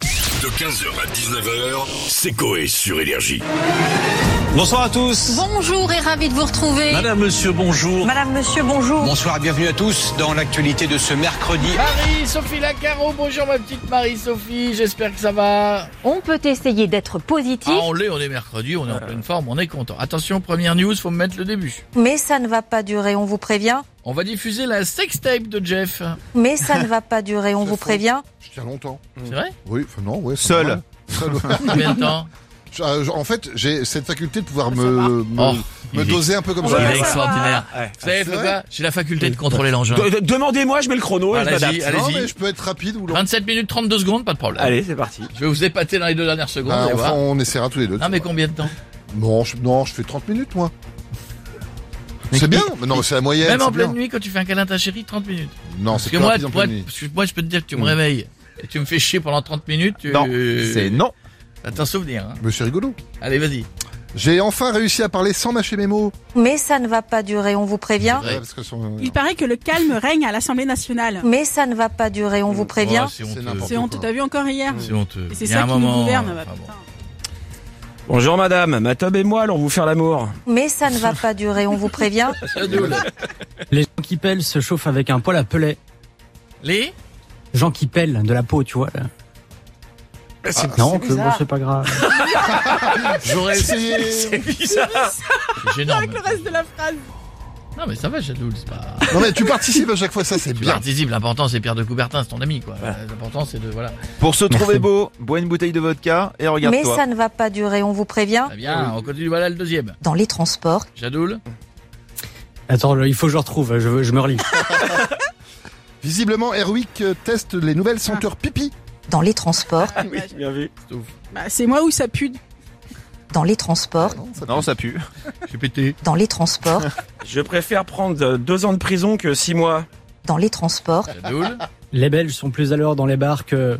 De 15h à 19h, c'est Coé sur Énergie. Bonsoir à tous. Bonjour et ravi de vous retrouver. Madame, monsieur, bonjour. Madame, monsieur, bonjour. Bonsoir et bienvenue à tous dans l'actualité de ce mercredi. Marie-Sophie Lacaro, bonjour ma petite Marie-Sophie, j'espère que ça va. On peut essayer d'être Ah, positif, on l'est, on est mercredi, on est en pleine forme, on est content. Attention, première news, faut me mettre le début. mais ça ne va pas durer, on vous prévient. On va diffuser la sextape de Jeff. Mm. Mais ça ne va pas durer, on vous prévient. Je tiens longtemps. C'est vrai Oui, enfin non, ouais. c'est Seul. normal. Seul, ouais. Combien de temps Je- euh, je- En fait, j'ai cette faculté de pouvoir me, me, Oh, me il est- doser un peu comme il ça. est- extraordinaire. Ouais. Vous savez, C'est Papa, vrai j'ai la faculté de contrôler l'engin. De- de- Demandez-moi, je mets le chrono et je Allez-y, m'adapte. Non, mais allez-y. Ah, je peux être rapide ou long. 27 minutes 32 secondes, pas de problème. Allez, c'est parti. Je vais vous épater dans les deux dernières secondes, Ah, vous allez enfin, voir. on essaiera tous les deux. Non, mais tu vois. combien de temps non, je, non, je fais 30 minutes, moi. C'est bien. Mais non, c'est la moyenne. Même en c'est bien. pleine nuit, quand tu fais un câlin à ta chérie, 30 minutes. Non, Parce c'est que plus moi, rapide en Mm. moi, pleine nuit. parce que moi, je peux te dire, tu me réveilles et tu me fais chier pendant 30 minutes. tu- Non, c'est non. T'as un souvenir. hein. Mais c'est rigolo. Allez, vas-y. J'ai enfin réussi à parler sans mâcher mes mots. Mais ça ne va pas durer, on vous prévient. Ouais. Ouais, parce que euh, son- Il paraît que le calme règne à l'assemblée nationale. Mais ça ne va pas durer, on vous prévient. Oh, c'est honteux. n'importe C'est honteux, quoi. t'as vu encore hier C'est honteux. Et c'est Il y a ça un qui nous moment, gouverne. bah, enfin bon. putain. Bonjour madame, ma tub et moi allons vous faire l'amour. Mais ça ne va pas durer, on vous prévient. Les gens qui pèlent se chauffent avec un poêle à pelet. Les Gens qui pèlent de la peau, tu vois. là. non, que bon, c'est pas grave. J'aurais Essayez. C'est gênant. Avec le reste de la phrase. Non, mais ça va, Jadoul, c'est pas. Non, mais tu participes à chaque fois, ça, c'est Tu bien. participes, l'important c'est Pierre de Coubertin, c'est ton ami quoi. L'important c'est de. Voilà. Pour se trouver beau, bois une bouteille de vodka et Mais regarde-toi. ça ne va pas durer, on vous prévient. Ah. Très bien, on continue, voilà le deuxième. Dans les transports. Jadoul Attends, là, il faut que je retrouve, je, veux- je me relis. Visiblement, Erwick euh, teste les nouvelles senteurs pipi. Dans les transports. Ah, bah, Bien vu. bah, c'est moi où ça pue. Dans les transports. Non, ça Non, ça pue. J'ai pété. Dans les transports. Je préfère prendre euh, deux ans de prison que six mois. Dans les transports. Jadoul Les Belges sont plus à l'heure dans les bars que.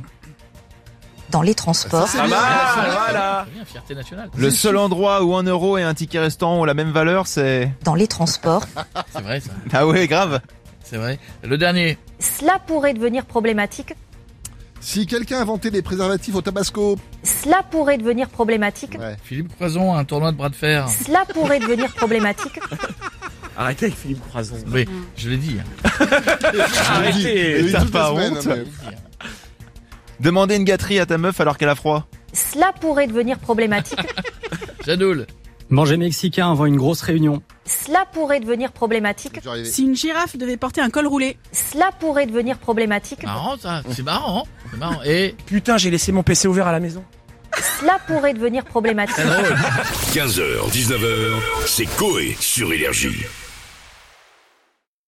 Dans les Ah. transports. C'est bien, bah. mal, c'est bien. voilà. Très bien, fierté nationale. Le seul endroit où un euro et un ticket restant ont la même valeur, c'est... Dans les transports. C'est vrai ça. Ah ouais, grave. C'est vrai. Le dernier. Cela pourrait devenir problématique. Si quelqu'un inventait des préservatifs au tabasco. Cela pourrait devenir problématique. Ouais. Philippe Croison, un tournoi de bras de fer. Cela pourrait devenir problématique. Arrêtez avec Philippe Croison. Oui, je l'ai dit. hein. Arrêtez. Oui, Eh, t'as toutes les pas semaines, honte mais- Je l'ai dit, hein. Demander une gâterie à ta meuf alors qu'elle a froid. Cela pourrait devenir problématique. Jadoul. Manger mexicain avant une grosse réunion. Cela pourrait devenir problématique. Je vais arriver. Si une girafe devait porter un col roulé. Cela pourrait devenir problématique. Marrant ça. C'est marrant. hein. C'est marrant. Et. Putain, j'ai laissé mon PC ouvert à la maison. Cela pourrait devenir problématique. C'est drôle. 15h, 19h, c'est Coé sur Énergie.